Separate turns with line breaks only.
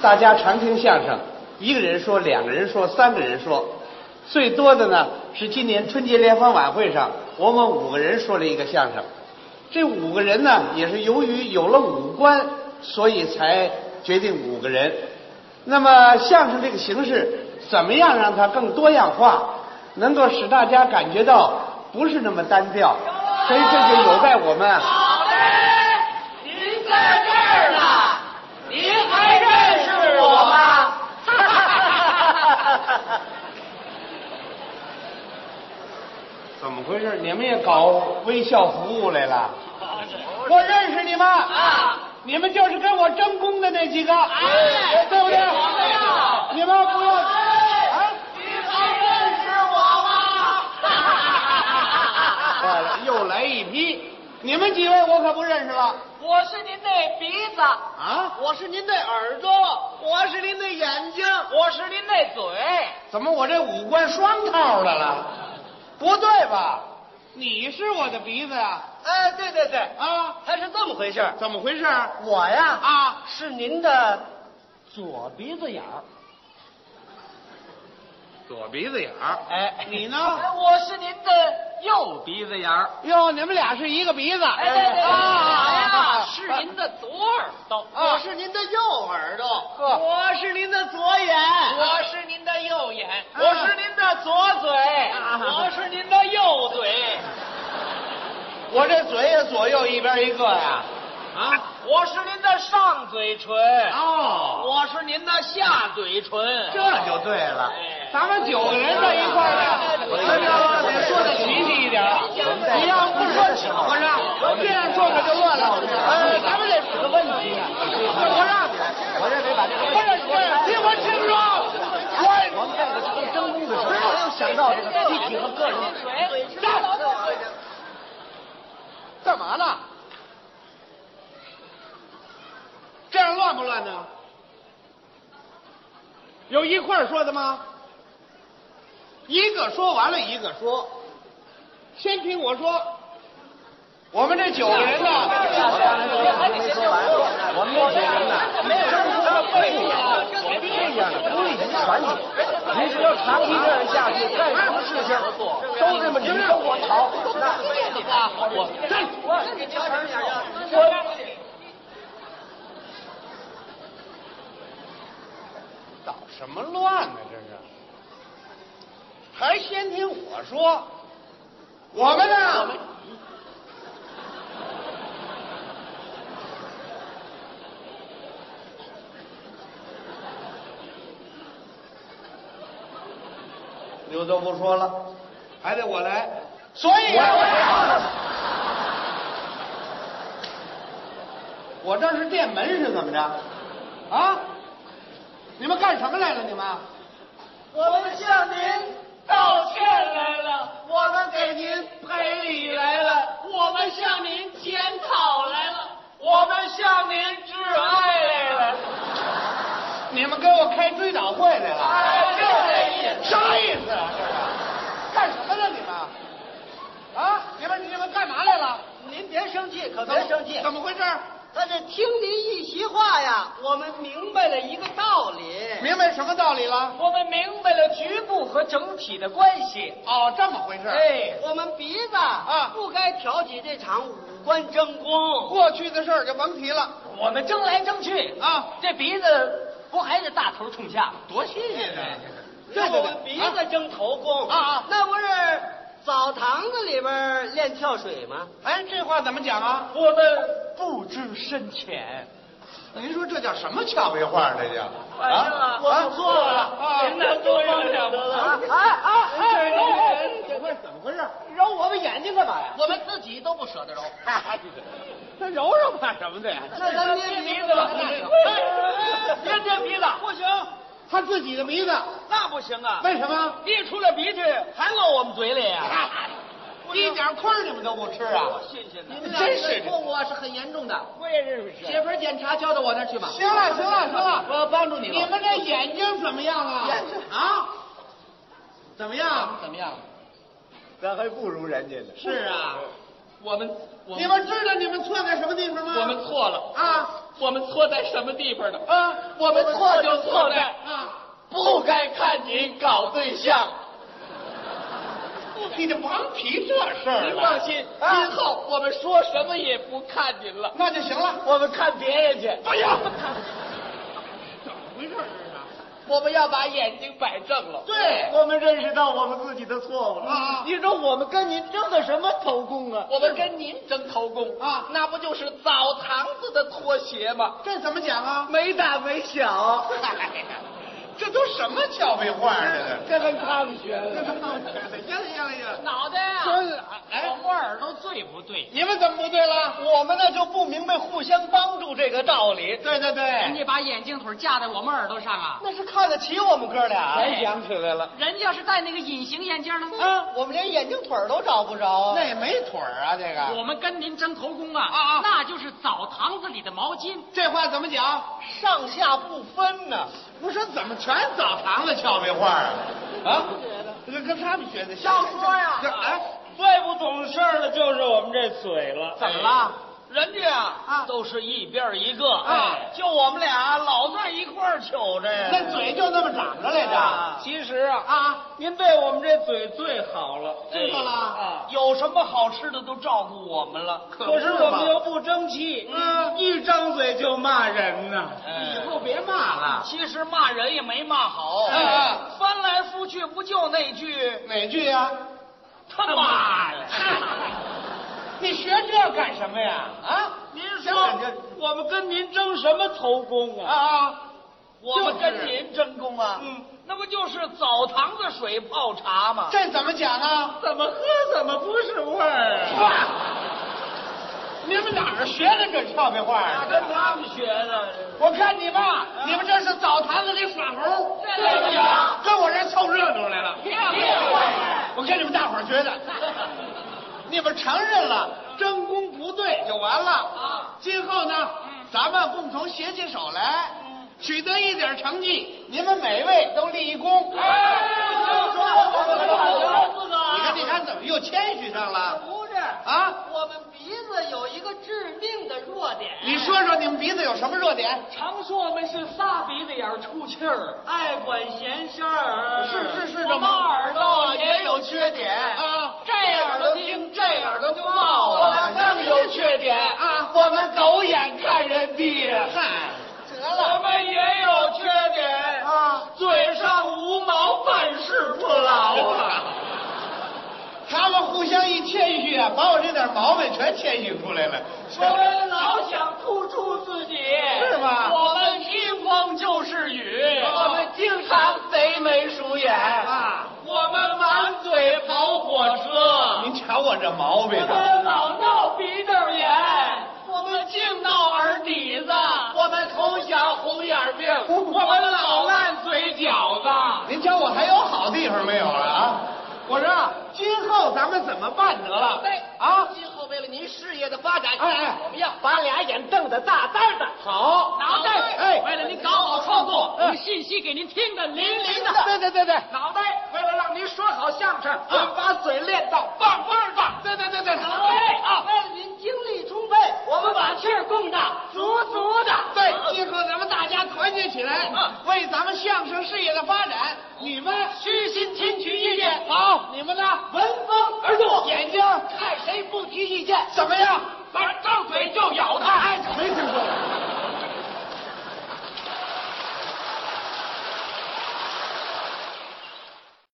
大家常听相声，一个人说，两个人说，三个人说，最多的呢是今年春节联欢晚会上，我们五个人说了一个相声。这五个人呢，也是由于有了五官，所以才决定五个人。那么相声这个形式，怎么样让它更多样化，能够使大家感觉到不是那么单调？所以这就有待我们啊。
好嘞，您在这儿呢，您还认识我吗？
怎么回事？你们也搞微笑服务来 了？我认识你们，
啊，
你们就是跟我争功的那几个，
哎
对不对？
哎
你们不要
哎
啊！
您还认识我吗？
坏了，又啊来一批，你们几位我可不认识了
我是您的鼻子，
啊！
我是您的耳朵，
我是您的眼睛，
我是您的嘴。
怎么我这五官双套的了？不对吧？你是我的鼻子呀、
哎，对对对，
啊？啊，
他是这么回事儿。
怎么回事？
我呀，
啊，
是您的左鼻子眼儿。
左鼻子眼儿。
哎
你呢？
哎，我是您的右鼻，
鼻子眼儿。
哟，你们俩是一个鼻子。
哎对对对，哎呀，
啊
是您的啊左耳朵，
我是您的右耳朵。
呵
我是您的左眼。
我是您的右眼，
啊
我是您的左嘴，我是您的右嘴，
我这嘴也左右一边一个呀。啊，
我是您的上嘴唇，
哦，
我是您的下嘴唇。
这就对了
哎。
咱们九个人在一块儿呢，
哎
那就得说的齐齐一点儿。你要不说巧合着，这样说可就乱了。哎，咱们得指个问题啊。我让你，
我认为把这
不是不是，听我清楚，我
们为了这个争功的事儿，没有想到这个集体和个人。
嘴
干嘛呢？这样乱不乱呢？有一块儿说的吗？一个说完了，一个说。先听我说，我们这九个人呢，
我们这些人呢，没有争功的不一样，不一样的，不一样团体。您说长期这样下去，干什么事情都这么你争我吵，那
站捣什么乱呢？这是，还先听我说，我们呢？刘德不说了，还得我来，所以啊， 我这是电门是怎么着？啊？你们干什么来了？你们？
我们向您道歉来了，我们给您赔礼来了，我们向您检讨来了，我们向您致哀来了，
你们给我开追悼会来了？
哎，就这意思。
啥意思啊？这是干什么呢？你们？啊？你们你们干嘛来了？
您别生气，可
怎么怎么回事？
但是听您一席话呀，我们明白了一个道理。
明白什么道理了？
我们明白了局部和整体的关系。
哦，这么回事。，
哎，
我们鼻子
啊
不该挑起这场五官争功。
过去的事儿就甭提了
我们争来争去，
啊！
这鼻子不还是大头冲下？
多新鲜啊！
那我们鼻子争头功
啊啊
那不是澡堂子里边练跳水吗？
哎，这话怎么讲啊？
我们不知深浅。
您说这叫什么俏皮话？这叫
哎呀
我错了
啊！哎
您能多原谅吗？
啊啊！
这块怎么回事？
揉我们眼睛干嘛呀？
我们自己都不舍得揉。
那揉揉怕什么的呀？
那咱捏
鼻
鼻
子
子
吧
吧，
别捏鼻子，不行，
他自己的鼻子，
那不行啊！
为什么？啊
一出了鼻涕还落我们嘴里啊呀、
一点亏儿你们都不吃啊！
新鲜的
你们真是的。
误啊是很严重的，
我也认识。
写份检查交到我那儿去吧
行了行了行了，
要帮助
你们这眼睛怎么样了？啊？怎么样？
怎么样？
咱还不如人家呢。
是啊，
我们我
你们知道你们错在什么地方吗？
我们错了，
啊，
我们错在什么地方了？
啊
我们错就错在
啊，
不该看您搞对象。
你就甭提这事儿
您放心，
啊
今后我们说什么也不看您了，
那就行了。
我们看别人去。
哎呀，
啊
我们要把眼睛摆正了。
对，我们认识到我们自己的错误了啊！
你说我们跟您争的什么头功啊？
我们跟您争头功
啊
那不就是澡堂子的拖鞋吗？
这怎么讲啊？哎
没大没 小，
这都什么俏皮话儿
这
这
跟他们学的。
个？呀呀呀！
脑袋啊，
哎，
摸耳朵最不对。
你们怎么不对了？
我们呢就不明白互相帮助这个道理，
对对
人
对，
家把眼镜腿架在我们耳朵上啊，
那是看得起我们哥俩。
哎
想起来了
人家要是戴那个隐形眼镜呢，
啊，我们连眼镜腿儿都找不着啊
那。也没腿儿啊，这
我
嗯
个。
们跟您争头功啊，
啊啊
那就是澡堂子里的毛巾。
这话怎么讲？
上下不分呢。
不是怎么全澡堂子俏皮话啊？啊，这跟他们学的。
少说呀
这哎，
最不懂事儿的就是我们这嘴了。
怎么了？人家啊，
都是一边儿一个
啊
哎就我们俩老在一块儿瞅着呀。
那嘴就那么长着来着。
其实哎啊啊，您对我们这嘴最好了，
最好了
啊。
哎有什么好吃的都照顾我们了。
可是我们又不争气，嗯，一张嘴就骂人呐。
哎以后别骂了。
其实骂人也没骂好，
哎
翻来覆去不就那句
哪句呀？
他妈的。
你学这干什么呀？啊，
您
这
说
感觉
我们跟您争什么头功啊？
啊，我们
就
跟
是
您争功啊，
嗯
那不就是澡堂子水泡茶吗？
这怎么讲啊？
怎么喝怎么不是味儿啊？
你们哪儿学的这俏皮话啊？
跟他们学的。
我看你吧，你们这是澡堂子里耍猴，对呀，跟我这儿凑热闹 来了。我跟你们大伙儿学的，你们承认了争功不对就完
啊
了。今后呢，
嗯
咱们共同携起手来，取得一点成绩，你们每位都立一功。
哎
你看，你看，怎么又谦虚上了
啊不是，
啊？
我们鼻子有一个致命的弱点，
你说说你们鼻子有什么弱点？
常说我们是仨鼻子眼出气儿，
爱管闲事儿。
是是
我们耳朵
也有缺点啊，
这耳朵听，这耳朵就冒
我们更有缺点啊，我们狗眼看人低呀，嗨，
我们也有缺点啊，嘴上无毛，办事不牢啊。
他们互相一谦虚啊，把我这点毛病全谦虚出来了，
我们老想突出自己，
是吗
我们一风就是雨，我们经常贼眉鼠眼啊，我们满嘴跑火车，
您瞧我这毛病啊，
我们老闹鼻窦炎，我们净闹耳底子，我们从小红眼病，我们老烂嘴角子。
您瞧我还有好地方没有了啊？我说啊，今后咱们怎么办得了？啊，
今后为了您事业的发展，
哎哎
我们要
把俩眼瞪得大大的，
好，
脑袋，
哎
为了您搞好创作，我们信息给您听得淋漓的。
对对对对，
脑袋，为了让您说好相声，
我们把嘴练到棒棒的，对对对对，
脑袋啊，
为了您精力充沛，
我们把气儿供的足足的。
对，今后咱们大家团结起来，
嗯
为咱们相声事业的发展，你们虚心听取意见。好，你们呢，闻风而动，眼睛看谁不提意见，怎么样？哎
反正张嘴就